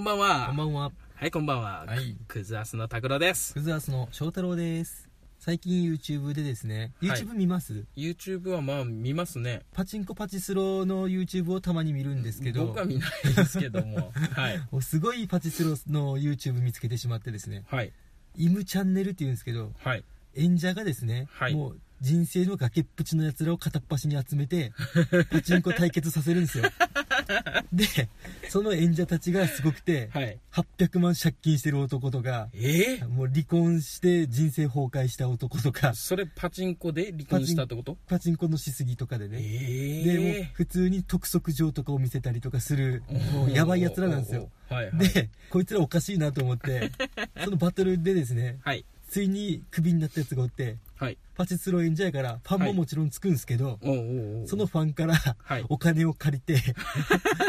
こんばんは。こんばんは。はい、こんばんは。はいクズアスの拓郎です。クズアスの翔太郎です。最近 YouTube でですね、はい YouTube 見ます、 YouTube はまあ見ますね。パチンコパチスロの YouTube をたまに見るんですけど僕、は見ないですけど も。はい。おすごいパチスロの YouTube 見つけてしまってですね、はい。イムチャンネルっていうんですけど、はい。演者がですね、はいもう人生の崖っぷちの奴らを片っ端に集めて、パチンコ対決させるん ですよ。で、その演者たちがすごくて、はい。 800万借金してる男とか、えーもう離婚して人生崩壊した男とか、それパチンコで離婚したってことパチンコのしすぎとかでえね、ーでもう普通に督促状とかを見せたりとかするもうやばいやつらなんですよ。おーおーおーはいはい。でこいつらおかしいなと思って そのバトルでですねはい。ついにクビになったやつがおってはい。パチスロ演者やからファンももちろんつくんですけど、おーおーおーその、ファンからはいお金を借 りて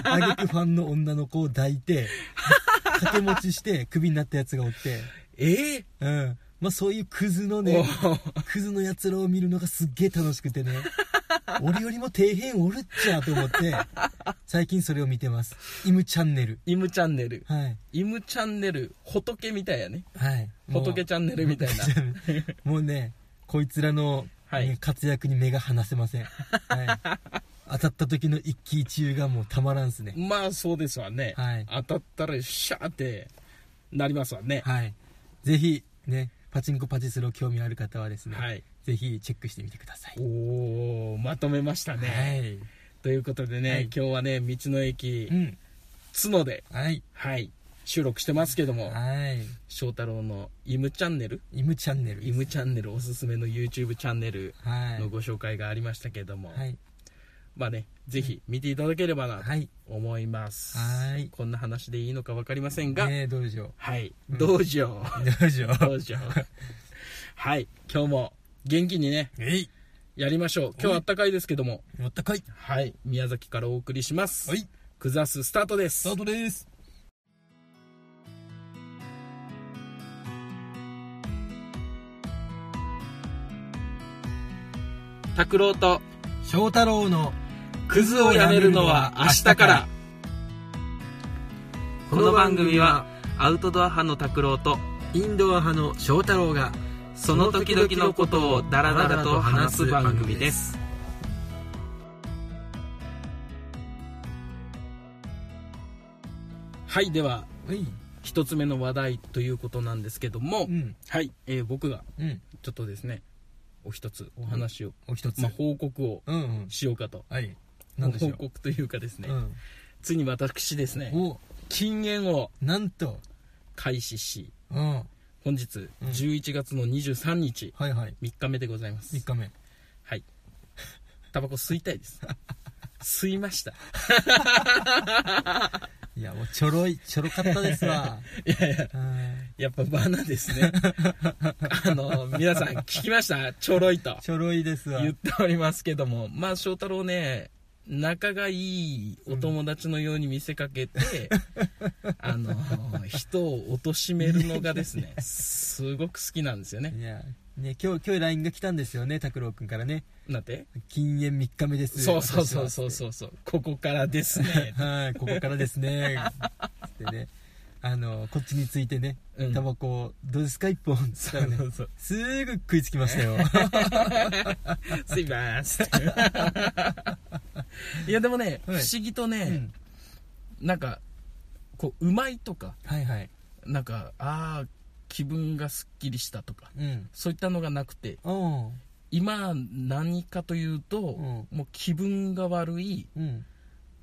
あげくファンの女の子を抱いて掛け持ちしてクビになったやつがおって、えーうんまあ、そういうクズのおねークズのやつらを見るのがすっげえ楽し くてね俺よりも底辺おるっちゃと思って最近それを見てますイムチャンネルイムチャンネル。はいイムチャンネル、仏みたいやね。はいもう仏チャンネルみたいな。 もうねこいつらの、はいね活躍に目が離せません、はい、当たった時の一喜一憂がもうたまらんっすねまあそうですわね。はい当たったらシャーってなりますわね。はいぜひねパチンコパチスロ興味ある方はですね、はい。ぜひチェックしてみてください、おおまとめましたね、はいということでね、はい今日はね道の駅うん角で、はいはい、収録してますけどもはい翔太郎のイムチャンネルイムチャンネルイムチャンネルおすすめの YouTube チャンネルはのいご紹介がありましたけども、はいまあねぜひ見ていただければなとはい思います、はいこんな話でいいのか分かりませんが、ねえどうでしょうはい、うんどうしよどうでしょう うどうしようはい今日も元気にねえいやりましょう今日はあったかいですけどももったかいはい宮崎からお送りします、はいクザススタートですスタートです拓郎と翔太郎のクズをやめるのは明日からこの番組はアウトドア派の拓郎とインドア派の翔太郎がその時々のことをダラダラと話す番組ですはいでははい一つ目の話題ということなんですけども、うんはい、えー僕がうんちょっとですねお一つお話を、お一つ、まあ、報告をうんうんしようかとはいなんでしょ報う告というかですね、うんついに私ですねお禁煙をなんと開始しうんは本日うん11月の23日、いはい3日目でございます3日目はいタバコ吸いたい です吸いましたいやもうちょろいちょろかったですわ いやいやはいやっぱバナです ねあの皆さん聞きましたちょろいとちょろいですわ言っておりますけどもまあ翔太郎ね仲がいいお友達のように見せかけ て、あの人を貶めるのがですねすごく好きなんですよねいやね今日今日 LINE が来たんですよね拓郎くんからねなんて禁煙3日目ですそうそうそうそううそうそうここからです ねはい、ここからですね。つってね。あの、こっちについてねう、んタバコを、どうですか一本っつったらねそうそうすぐ食いつきましたよ。すいま せんいやでもね、はい不思議とうね、んなんかこううまいとかはいはい。なんかああ気分がすっきりしたとかうん。そういったのがなくておう今何かというと、んもう気分が悪いうん。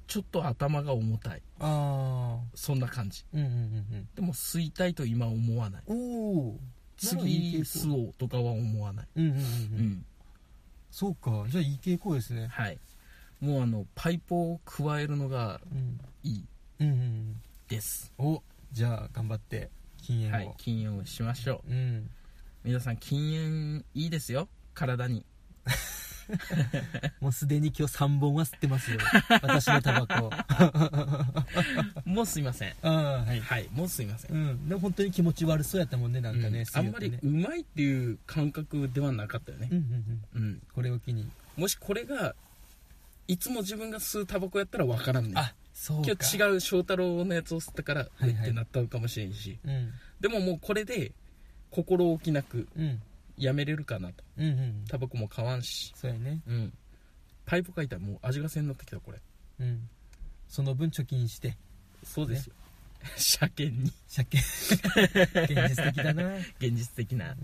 ちょっと頭が重たいあそんな感じあ。うんうんでも吸いたいと今思わないうんうん。おお。ならいい次傾向吸おうとかは思わない、うんうんうんううん。ん、そうか。じゃあいい傾向ですね。はい、もうあのパイプを加えるのがうん。いいうんうんです、うん。お、じゃあ頑張って、禁は煙いを、。禁煙をしましょううん。皆さん禁煙いいですよ体にもうすでに今日3本は吸ってます よ。私のタバコ。もうすいませんああ、はい。はいもうすいませんうん、でも本当に気持ち悪そうやったもんねなんかね、うあんまりねうまいっていう感覚ではなかったよねうんうんうんうん、これを機にもしこれがいつも自分が吸うタバコやったら分からんねんあそうか今日違う翔太郎のやつを吸ったから、いはいえってなったのかもしれんしうんでももうこれで心置きなくうんやめれるかなとうんうんタバコも買わんしそうやねうんパイプ書いたらもう味がせんなってきたこれうんその分貯金してそうですよ、 車検に借 金現実的だなうん現実的な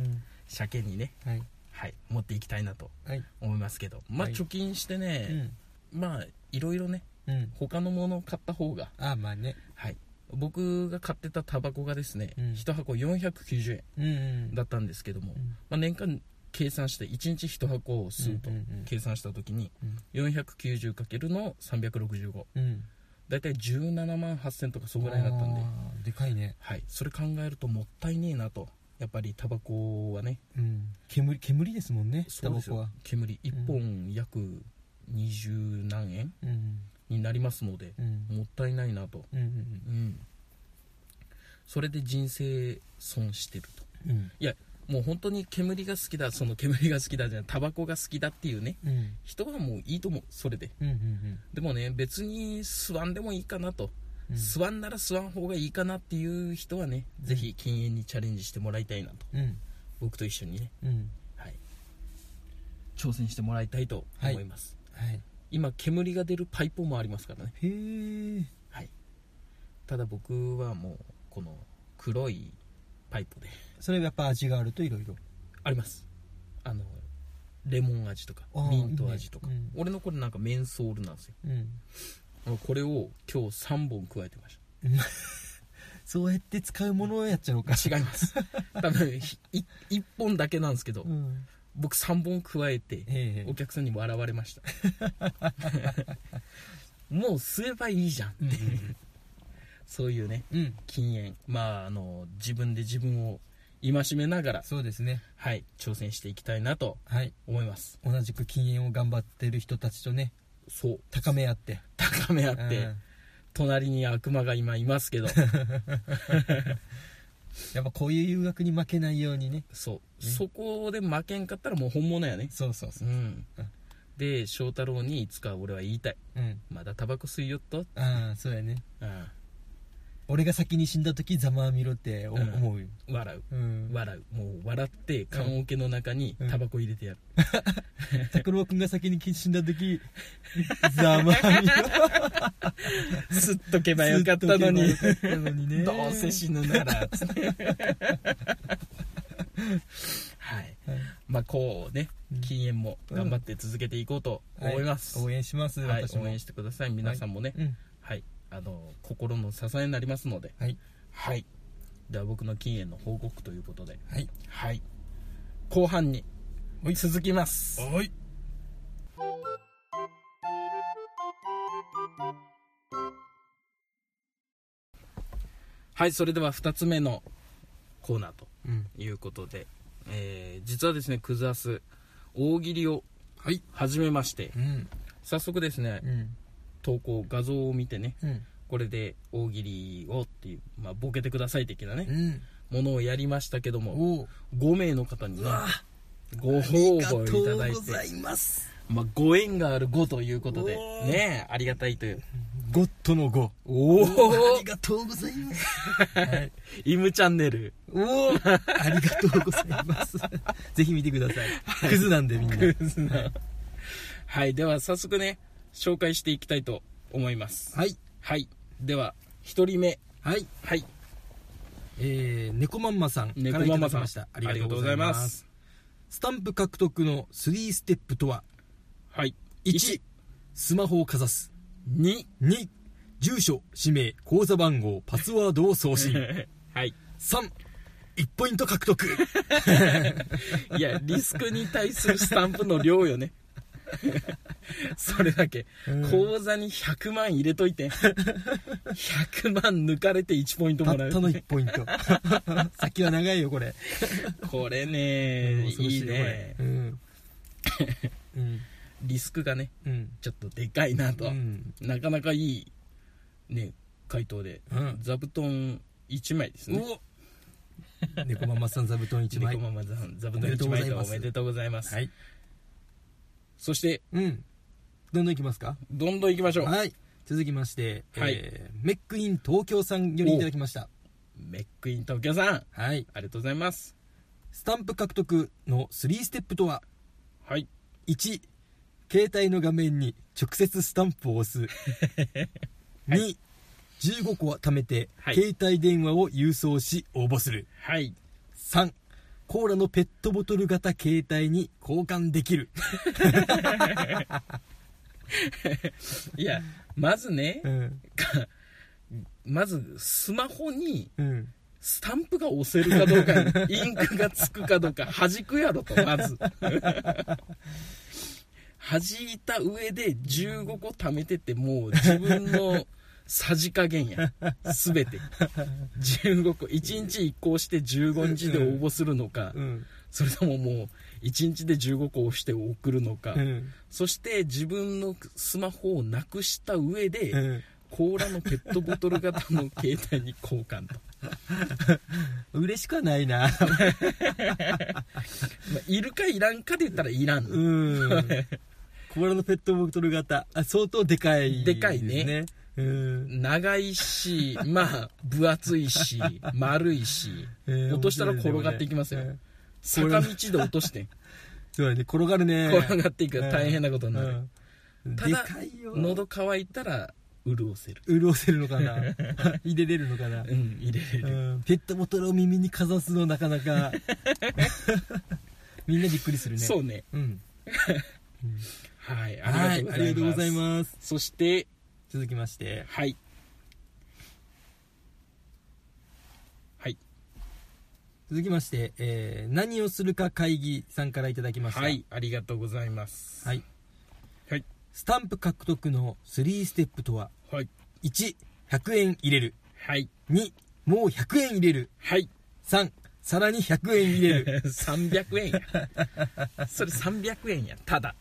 車検にねはいはい持っていきたいなとはい思いますけどまあはい貯金してうね、んまあいろいろねうん他のものを買った方があまあねはい僕が買ってたタバコがですね、うん1箱490うんうん円だったんですけども、うんまあ、年間計算して1日1箱を吸うとうんうんうん計算した時にうん 490× の365うん大体17万8000とかそこぐらいだったんで、あーでかいねはい、それ考えるともったいねえなとやっぱりタバコはねうん煙煙ですもんねタそうバですコよは煙1本約20何円うんになりますのでうんもったいないなとうんうんそれで人生損してるとうんうんいやもう本当に煙が好きだその煙が好きだじゃないタバコが好きだっていうねうん人はもういいと思うそれでうんうんでもね別に吸わんでもいいかなと、うん吸わんなら吸わん方がいいかなっていう人はねぜひ禁煙にチャレンジしてもらいたいなとうん僕と一緒にね、うんはい、挑戦してもらいたいと思います、はい今煙が出るパイプもありますからね、へえはい、ただ僕はもうこの黒いパイプでそれはやっぱ味があるといろいろありますあのレモン味とかあーミント味とかいいね俺のこれなんかメンソールなんですようんこれを今日3本加えてましたそうやって使うものをやっちゃおうか違い ます多分1本だけなんですけど、うん僕3本加えてええお客さんに笑われ ましたもう吸えばいいじゃんっていうそういうねうんうん禁煙まああの自分で自分を戒めながらそうですねはい挑戦していきたいなとはい思います同じく禁煙を頑張ってる人たちとねそう高め合って高め合っうんて隣に悪魔が今います けどやっぱこういう誘惑に負けないようにねそうそこで負けんかったらもう本物やねそうそうそううんうんで翔太郎にいつか俺は言いたいうんまだタバコ吸いよっとああそうやねあ俺が先に死んだ時ざまあみろっておうん思うよあ笑ううん笑うもう笑って棺桶の中にうんタバコ入れてやる、 拓郎君が先に死んだ時ざまあみろ吸っとけばよかったのにずっと手間よかったのにねどうせ死ぬならつってはいはいまあこうねうん禁煙も頑張って続けていこうと思います、ははい応援します、い私も応援してください皆さんもねうんはい、あの心の支えになりますのではいはいでは僕の禁煙の報告ということではいはい後半に続きますはいはいそれでは2つ目のコーナーとうんいうことで、えー実はですねクズアス大喜利をはい始めましてうん早速ですねうん投稿画像を見てねうんこれで大喜利をっていう、まあ、ボケてください的なうねんものをやりましたけどもおう5名の方にねわごあり応がと募いたうだいござていますまあ、ご縁がある5ということでおーねえありがたいというゴッドのゴおおありがとうございます。はい、イムチャンネルおお、ありがとうございます。 ぜひ見てください。クズなんでみんな。 はいでは早速ね紹介していきたいと思いますはい、はいでは1人目はい、はいえー、猫まんまさんから猫いママただきさんました。ありがとありがうございま。とうございますすスタンプ獲得の3ステップとは、はい1、スマホをかざす。 2 2、住所、氏名、口座番号、パスワードを送信。 はい3、1ポイント獲得。いやリスクに対するスタンプの量 よねそれだけ、うん口座に100万入れといて100万抜かれて1ポイントた もっらうたの1ポイン ト。先は長いよ、こ れ。これね恐ろしいいよねこれうん。うん。リスクがね うん。ちょっとでかいなと、うん。なかなかいいね回答で、うん座布団1枚ですねお猫ママさん座布団1枚。猫ママさん座布団1枚とおおめめででとうございますはい。そしてうん。どんどんいきますかどんどん行きましょうはい続きまして、はいえーメックイン東京さんよりいただきましたメックイン東京さんあはいりがとうございますスタンプ獲得の3ステップとははい1携帯の画面に直接スタンプを押 す2 15個は貯めて、はい携帯電話を郵送し応募するはい3コーラのペットボトル型携帯に交換 できるいやまずねうんまずスマホにうんスタンプが押せるかどうかにインクがつくかどうか弾くやろとま ず弾いた上で15個貯めててもう自分のさじ加減や全て15個1日移行して15日で応募するのかうんそれとももう1日で15個押して送るのかうんそして自分のスマホをなくした上で、うんコーラのペットボトル型の携帯に交換と、嬉しくはないまなあ、いるかいらんかで言ったらいらん、 うんコーラのペットボトル型あ相当でかいでかいねうん長いしまあ分厚いし丸いしえー落としたら転がっていきますよ面坂道で落としてん白いねうんそうだね転がるね転がっていくから大変なことになる、うんただでかいよ喉乾いたら潤せる潤せるの かな入れれるのかな、うん入れれる、うん、ペットボトルを耳にかざすのなかなか みんなびっくりするねそうねうん、はいはありいあがとりがとううごござざいいますますそして続きましてはいはい続きまして、えー何をするか会議さんからいただきましたはいありがとうございますはいはいスタンプ獲得の3ステップとははい1100円入れるはい2もう100円入れる はい3さらに100円入れ る300円やそれ300円やただ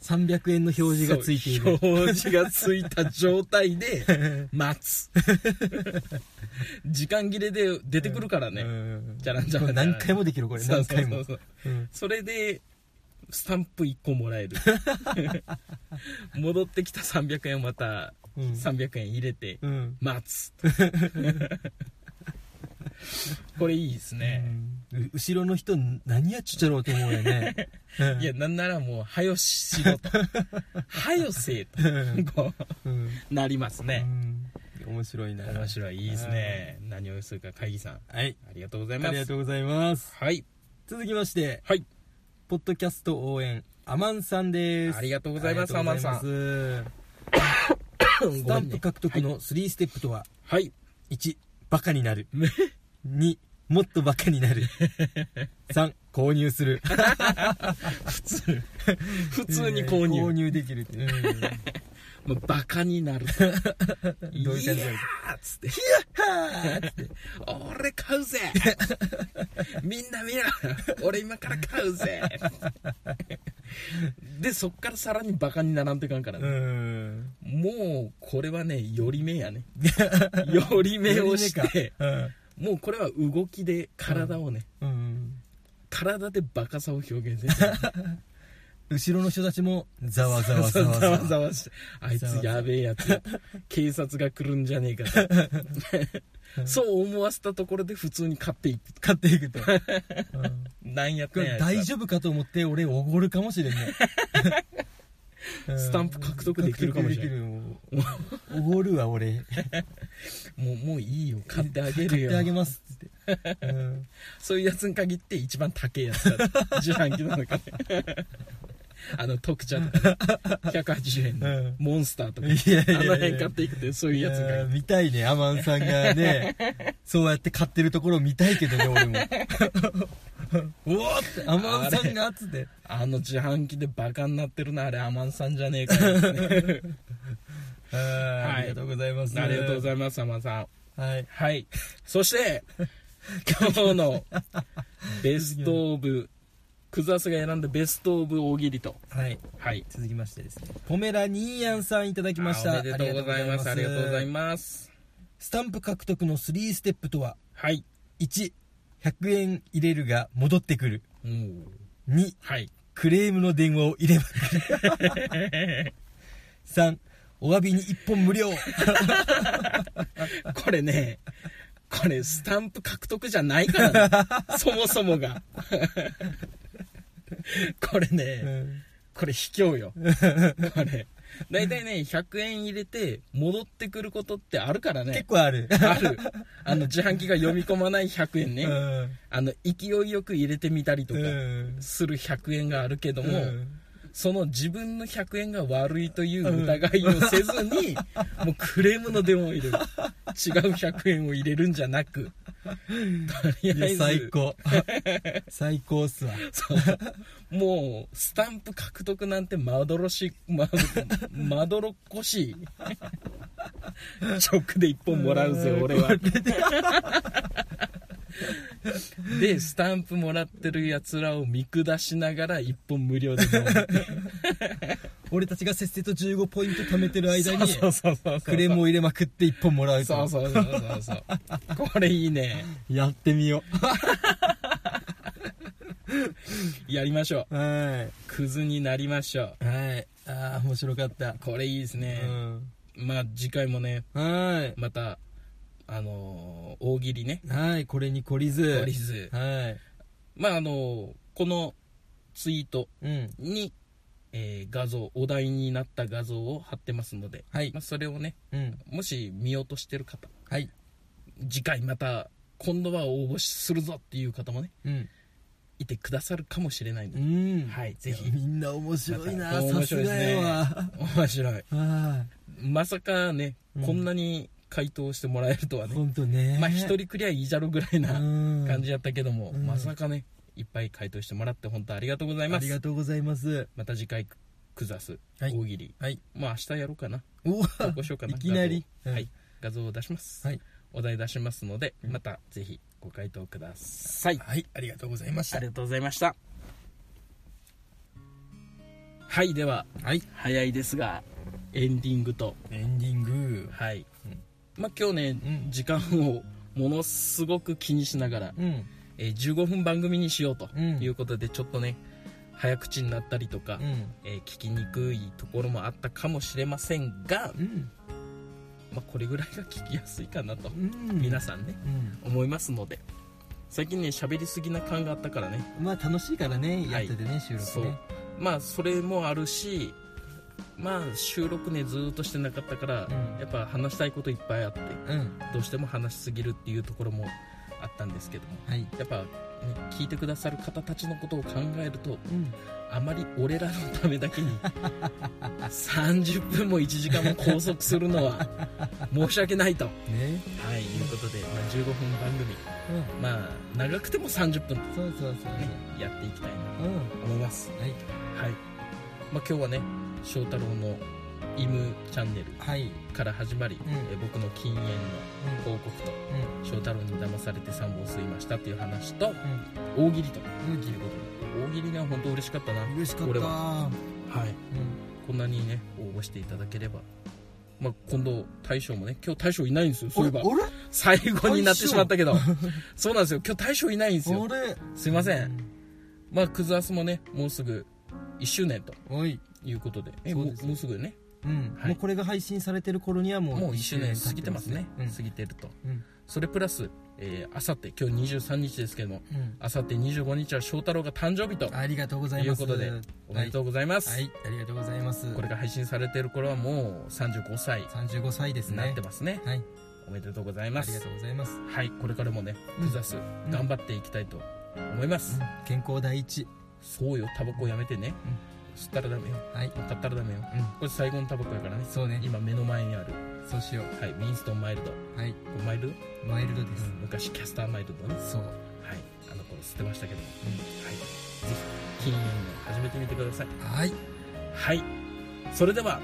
300円の表示がついているそう表示がついた状態 で待つ時間切れで出てくるからね、うんじゃらんじゃこられんじゃらん何回もできるこれそう何そう回そもうそううんそれでスタンプ1個もらえ る戻ってきた300円をまたうん300円入れてうん待 つこれいいですね、う後ろの人何やっちゅっちゃろうと思うよね いやなんならもう「はよし ろ」と「はよせえ」うんとこうんうなりますね、うん面白いな面白いいいですね何をするか会議さんはいありがとうございあまりがすとうございますはい続きましてはいポッドキャスト応援アマンさんですありがとうございますありがとうございますスタンプ獲得の3ステップとははい1バカに なる2もっとバカになる3購入する普通普通に購購入入できるって、うんもうバカになるい どういう感じやーっつって「俺買 うぜみんな見ろ俺今から買うぜ」でそっからさらにバカにならんといかんからうね、んもうこれはね寄り目や ね寄り目をしてうんもうこれは動きで体をね、うん体でバカさを表現せる後ろの人たちもざわざわざ ざわざわわざわしてあいつやべえやつ警察が来るんじゃねえか とそう思わせたところで普通に買っていく買っていくと、 うんなんやっこたんやれ大丈夫かと思って俺おごるかもしれんねう んスタンプ獲得できるかもしれん獲得できるおごるわ俺夫もうもういいよ買ってあげる買っよてあげますっつって、うんそういうやつに限って一番高えやつだ自販機の中 であの特茶とか、ね、180円の、うんモンスターとかいやいやいやあの辺買っていくってそういうやついやがー見たいねアマンさん がねそうやって買ってるところ見たいけどね俺もうおーってアマンさんがっつってあの自販機でバカになってるなあれアマンさんじゃねえかよってねあーありがとうございますありがとうございますアマンさんはいはい。そ して、今日 のベストオブ、クザスが選んだベストオブ大喜利と。はいはい。続きましてですねポメラニーヤンさんいただきましたあおめでとうございます。ありがとうございます。スタンプ獲得の3ステップとははい。 1100円入れるが戻ってくるうん2はい。 クレームの電話を入れまくる3お詫びに1本無料これねこれスタンプ獲得じゃないからね そもそもがこれね、うんこれ卑怯よこれ大体ね100円入れて戻ってくることってあるから結ね構ある、あるあの自販機が読み込まない100円ね、うんあの勢いよく入れてみたりとかうんする100円があるけどうも、んその自分の100円が悪いという疑いをせず に、もうクレームの電話を入れる違う100円を入れるんじゃなくとりいあやえず最 高最高っすわそうもうスタンプ獲得なんてまどろしままどろっこしいショックで1本もらうぜん俺はでスタンプもらってるやつらを見下しながら1本無料で飲む俺たちがせっせと15ポイント貯めてる間にそうそうそうそう クレームを入れまくって1本もらうとそうそうそうそうそうこれいいねやってみよやりましょううはクズになりましょういはいあー面白かったこれいいですね、うんまあ次回もねはいまたあのー大喜利ねはいこれに懲りず懲りずはまああのーこのツイートいうんに、えー画像お題になった画像を貼ってますので、はいまあ、それをねうんもし見落としてる方はい次回また今度は応募するぞっていう方もねうんいてくださるかもしれないのうで、んはいぜいやひみんな面白いなまたさすがやわ面白いはまさかね、うんこんなに回答してもらえるとはいね本当ねまあ一人クリアいいじゃろぐらいなうん感じやったけども、うんまさかねいっぱい回答してもらって本当ありがとうございあまりすがとうございますまた次回クザス大はい喜利、はいまあ明日やろうか なお投稿しようかないきなり画像をうんはい画像を出します、はいお題出しますのでうんまたぜひご回答ください、はいありがとうございましありがとうございましたはいでははい早いですがエンディングとエンディングはい、うんまあ今日ね、うん時間をものすごく気にしながら、うんえー15分番組にしようとうんいうことで、ちょっとね早口になったりとか、うんえー聞きにくいところもあったかもしれませんが、うんまあ、これぐらいが聞きやすいかなと、うん皆さんねうん思いますので最近ね喋りすぎな感があったからねまあ楽しいからねやはっいててね収そ録うねまあそれもあるしまあ収録ねずーっとしてなかったから、うんやっぱ話したいこといっぱいあってうんどうしても話しすぎるっていうところもあったんですけどもはいやっぱ、ね、聞いてくださる方たちのことを考えるとうんあまり俺らのためだけに30分も1時間も拘束するのは申し訳ないと、はい、ねいうことで、まあ、15分番組うんまあ長くても30分、ね、そうそうそうやっていきたいなそううんはと思いますいはい、まあ、今日はね翔太郎のイムチャンネルはいから始まり、んえ僕の禁煙のう報告とん翔太郎に騙されて3本吸いましたっていう話とうん大喜利とうんいうことで大喜利が本当嬉しかったな嬉しかった俺ははいうんこんなにね応募していただければまあ今度大将もね今日大将いないんですよそういえばあれ最後になってしまったけどそうなんですよ今日大将いないんですよあれすいませうんまあクズアスもねもうすぐ1周年とおいいうことでえそうもですうもうすぐねうんはいもうこれが配信されてる頃にはもうもう1一周年過ぎてますねうん過ぎてるとうんそれプラスえーあさって今日23日ですけどもうんあさって25日は翔太郎が誕生日とありがとうございますということでおめでとうございます、はいありがとうございますこれが配信されてる頃はもう35歳35歳ですになっねてますねはいおめでとうございあまりがすとうございますはいこれからもねうん目指す、頑張っていきたいと思います、うん健康第一そうよタバコやめてね、吸ったらダメよはい買ったらダメようんこれ最後のタバコやからねそうね今目の前にある、そうしよはい、ウィンストンマイルドこうはいれマイルド、マイルドです昔キャスターマイルドねそうはいあの頃吸ってましたけども、はいぜひ禁煙を始めてみてくださいはいはいそれでは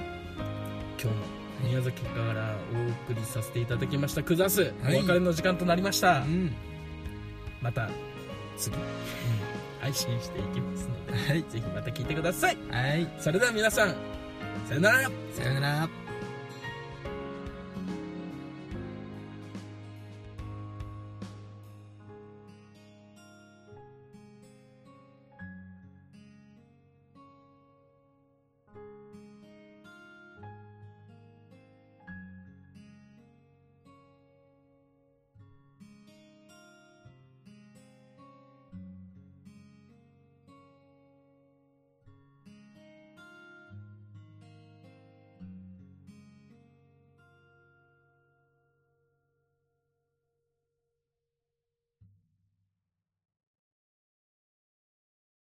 今日も宮崎からお送りさせていただきました「クザス」はいお別れの時間となりました、うんまた次配信していきますのではいぜひまた聞いてくださいはいそれでは皆さんさよならさよなら